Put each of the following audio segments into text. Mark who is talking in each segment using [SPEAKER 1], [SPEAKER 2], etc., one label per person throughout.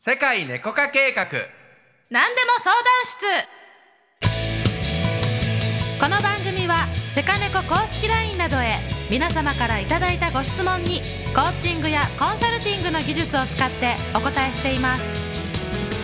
[SPEAKER 1] 世界猫化計画
[SPEAKER 2] 何でも相談室この番組はセカネコ公式 LINE などへ皆様からいただいたご質問にコーチングやコンサルティングの技術を使ってお答えしています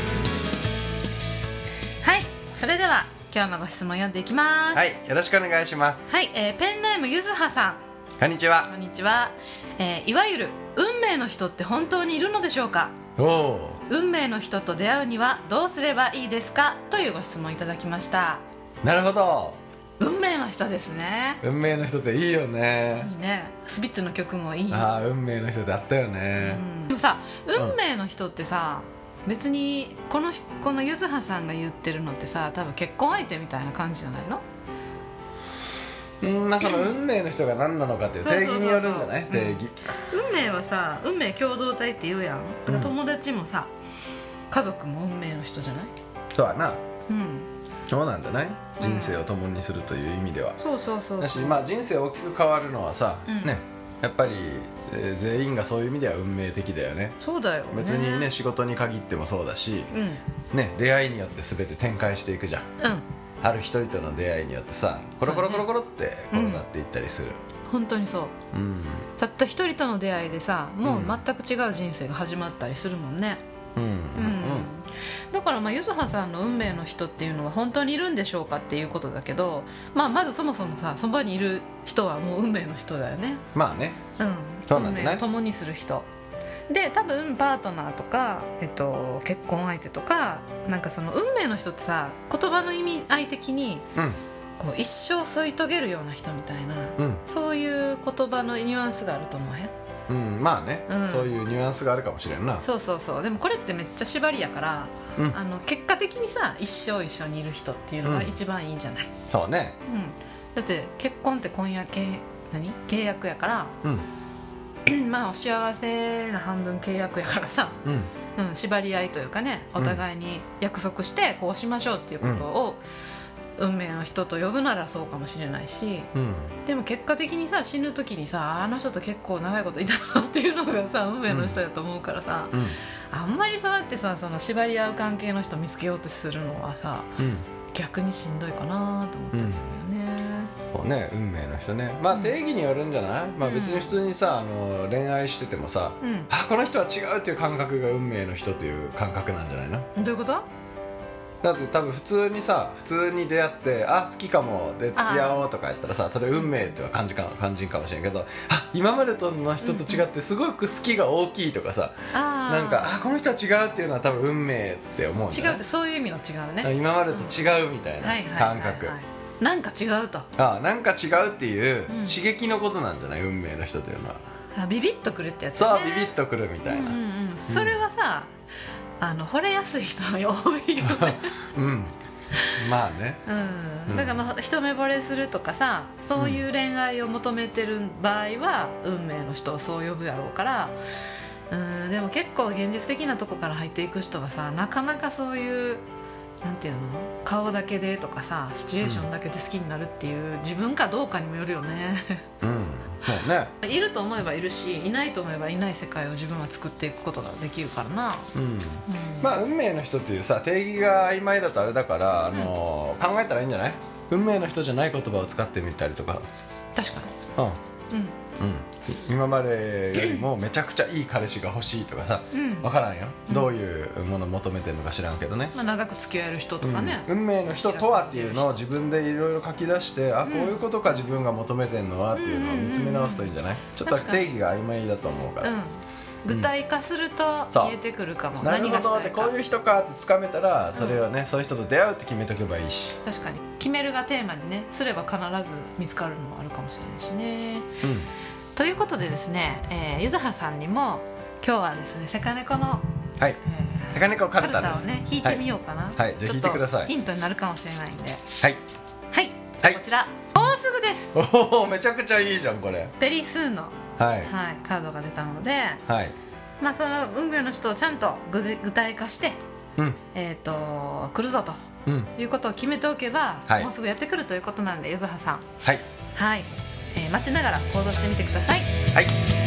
[SPEAKER 2] はいそれでは今日もご質問読んでいきます、
[SPEAKER 1] はいいよろしくお願いします
[SPEAKER 2] えーペンネームゆずはさん
[SPEAKER 1] こんにち
[SPEAKER 2] こ
[SPEAKER 1] は
[SPEAKER 2] んにちは、えーいわゆる運命の人って本当にいるのでしょうか
[SPEAKER 1] おお
[SPEAKER 2] 運命の人と出会うにはどうすればいいですかというご質問いただきました
[SPEAKER 1] ーなるほど
[SPEAKER 2] 運命の人ですね
[SPEAKER 1] 運命の人っていいよね
[SPEAKER 2] いいねスピッツの曲もいい、
[SPEAKER 1] ああ運命の人ってあったよ
[SPEAKER 2] う
[SPEAKER 1] ね
[SPEAKER 2] ん、でもさ運命の人ってさ、別にこのこのゆずはさんが言ってるのってさ多分結婚相手みたいな感じじゃないの
[SPEAKER 1] うんまあその運命の人が何なのかっていう定義によるんじゃない
[SPEAKER 2] そうそ
[SPEAKER 1] 定
[SPEAKER 2] うそうそう
[SPEAKER 1] 義
[SPEAKER 2] 運命はさ運命共同体って言うやん、
[SPEAKER 1] うん
[SPEAKER 2] 友達もさ家族も運命の人じゃない
[SPEAKER 1] そうやな
[SPEAKER 2] うん
[SPEAKER 1] そうなんじゃない人生を共にするという意味では
[SPEAKER 2] そうそうそう
[SPEAKER 1] だしまあ人生大きく変わるのはさ
[SPEAKER 2] うん
[SPEAKER 1] ねやっぱりえー全員がそういう意味では運命的だよね
[SPEAKER 2] そうだよ、ね、
[SPEAKER 1] 別にね仕事に限ってもそうだし
[SPEAKER 2] うんうん
[SPEAKER 1] ね出会いによって全て展開していくじゃんある人々の出会いによってさコロコロコロコロって転がっていったりする
[SPEAKER 2] 本当にそう
[SPEAKER 1] うん
[SPEAKER 2] たった一人との出会いでさもううん全く違う人生が始まったりするもんね、
[SPEAKER 1] うんうん
[SPEAKER 2] うんだからまあゆずはさんの運命の人っていうのは本当にいるんでしょうかっていうことだけど、まあ、まずそもそもさそばにいる人はもう運命の人だよね、
[SPEAKER 1] まあね
[SPEAKER 2] うん、
[SPEAKER 1] そうなんだね
[SPEAKER 2] 運命を共にする人で多分パートナーとか、えっと、結婚相手とかなんかその運命の人ってさ言葉の意味合い的に
[SPEAKER 1] うん
[SPEAKER 2] こう一生添い遂げるような人みたいな
[SPEAKER 1] うん
[SPEAKER 2] そういう言葉のニュアンスがあると思うへん
[SPEAKER 1] うんまあね
[SPEAKER 2] うん
[SPEAKER 1] そういうニュアンスがあるかもしれんな
[SPEAKER 2] そうそうそうでもこれってめっちゃ縛りやから、
[SPEAKER 1] うん
[SPEAKER 2] あの結果的にさ一生一緒にいる人っていうのが
[SPEAKER 1] うん
[SPEAKER 2] 一番いいじゃない、
[SPEAKER 1] そうね
[SPEAKER 2] うんだって結婚って婚約契何契約やから
[SPEAKER 1] うん
[SPEAKER 2] まあお幸せな半分契約やからさ、
[SPEAKER 1] うん
[SPEAKER 2] うん、縛り合いというかねお互いに約束してこうしましょうっていうことを、運命の人と呼ぶならそうかもしれないし
[SPEAKER 1] うん
[SPEAKER 2] でも結果的にさ死ぬ時にさあの人と結構長いこといたなっていうのがさ運命の人だと思うからさ、
[SPEAKER 1] うん
[SPEAKER 2] あんまりそうやってさその縛り合う関係の人見つけようとするのはさ
[SPEAKER 1] うん
[SPEAKER 2] 逆にしんどいかなと思ったりするよね、
[SPEAKER 1] そうね運命の人ねまあ
[SPEAKER 2] うん
[SPEAKER 1] 定義によるんじゃないまあ別に普通にさあの恋愛しててもさ
[SPEAKER 2] うん、
[SPEAKER 1] あこの人は違うっていう感覚が運命の人という感覚なんじゃないの
[SPEAKER 2] どういうこと
[SPEAKER 1] だって多分普通にさ普通に出会ってあ好きかもで付き合おうとかやったらさそれ運命っては感じか感じんかもしれんけどあ今までとの人と違ってすごく好きが大きいとかさ、
[SPEAKER 2] ああ
[SPEAKER 1] なんかあこの人は違うっていうのは多分運命って思うんじ
[SPEAKER 2] 違
[SPEAKER 1] ゃな
[SPEAKER 2] うってそういう意味の違うねはい
[SPEAKER 1] い今までと違うみたいな
[SPEAKER 2] はいはいは
[SPEAKER 1] 感
[SPEAKER 2] い
[SPEAKER 1] 覚
[SPEAKER 2] なんか違うと
[SPEAKER 1] あなんか違うっていう
[SPEAKER 2] うん
[SPEAKER 1] 刺激のことなんじゃない運命の人というのは
[SPEAKER 2] あビビッとくるってやつ
[SPEAKER 1] さ
[SPEAKER 2] だ
[SPEAKER 1] あ
[SPEAKER 2] ね
[SPEAKER 1] ビビッとくるみたいな
[SPEAKER 2] うんうんうん、それはさ、あの惚れやすい人が多いよね、
[SPEAKER 1] うん、まあね
[SPEAKER 2] うん、だからまあ一目惚れするとかさそういう恋愛を求めてる場合は運命の人をそう呼ぶやろうからうんでも結構現実的なとこから入っていく人はさなかなかそういうなんていうの顔だけでとかさシチュエーションだけで好きになるっていう、自分かどうかにもよるよね
[SPEAKER 1] うんそうね
[SPEAKER 2] いると思えばいるしいないと思えばいない世界を自分は作っていくことができるからな、
[SPEAKER 1] うん
[SPEAKER 2] うん
[SPEAKER 1] まあ運命の人っていうさ定義が曖昧だとあれだから、あのー考えたらいいんじゃない運命の人じゃない言葉を使ってみたりとか
[SPEAKER 2] 確か
[SPEAKER 1] うんうん今までよりもめちゃくちゃいい彼氏が欲しいとかさ
[SPEAKER 2] にうん、うん
[SPEAKER 1] 分
[SPEAKER 2] ま
[SPEAKER 1] からんよどういうものを求めてるのか知らんけどね、
[SPEAKER 2] あ、長く付き合える人と
[SPEAKER 1] うん
[SPEAKER 2] かね、
[SPEAKER 1] 運命の人とはっていうのを自分でいろいろ書き出して、あこういうことか自分が求めてるのはっていうのを見つめ直すといいんじゃない、ちょっと
[SPEAKER 2] 確かに
[SPEAKER 1] 定義が曖昧だと思うから、
[SPEAKER 2] うん、具体化すると
[SPEAKER 1] そう
[SPEAKER 2] 見えてくるかも、
[SPEAKER 1] なる
[SPEAKER 2] 何
[SPEAKER 1] ほ
[SPEAKER 2] がし
[SPEAKER 1] どったて
[SPEAKER 2] いか
[SPEAKER 1] こういう人かってつかめたらそれをね、そういう人と出会うって決めとけばいいし、
[SPEAKER 2] 確かに「決める」がテーマにねすれば必ず見つかるのもあるかもしれないしね。
[SPEAKER 1] うん
[SPEAKER 2] ということでですね、えー、ゆずはさんにも今日はですねセカネコの、
[SPEAKER 1] はい
[SPEAKER 2] えー
[SPEAKER 1] セカネコカルタで
[SPEAKER 2] を
[SPEAKER 1] す
[SPEAKER 2] ね引いてみようかな、
[SPEAKER 1] はいはいじゃあ
[SPEAKER 2] ちょっ
[SPEAKER 1] 引
[SPEAKER 2] と
[SPEAKER 1] いてください
[SPEAKER 2] ヒントになるかもしれないんで
[SPEAKER 1] はい
[SPEAKER 2] はい、
[SPEAKER 1] はい
[SPEAKER 2] こちらもうすぐです
[SPEAKER 1] おおめちゃくちゃいいじゃんこれ
[SPEAKER 2] ペリスーの、
[SPEAKER 1] はい
[SPEAKER 2] はい、カードが出たので、
[SPEAKER 1] はい
[SPEAKER 2] まあ、その運命の人をちゃんと具具体化して、
[SPEAKER 1] うん
[SPEAKER 2] えー、と来るぞと
[SPEAKER 1] うん
[SPEAKER 2] いうことを決めておけば、
[SPEAKER 1] はい
[SPEAKER 2] もうすぐやってくるということなんで柚葉さん
[SPEAKER 1] はい
[SPEAKER 2] はい、えー待ちながら行動してみてください
[SPEAKER 1] はい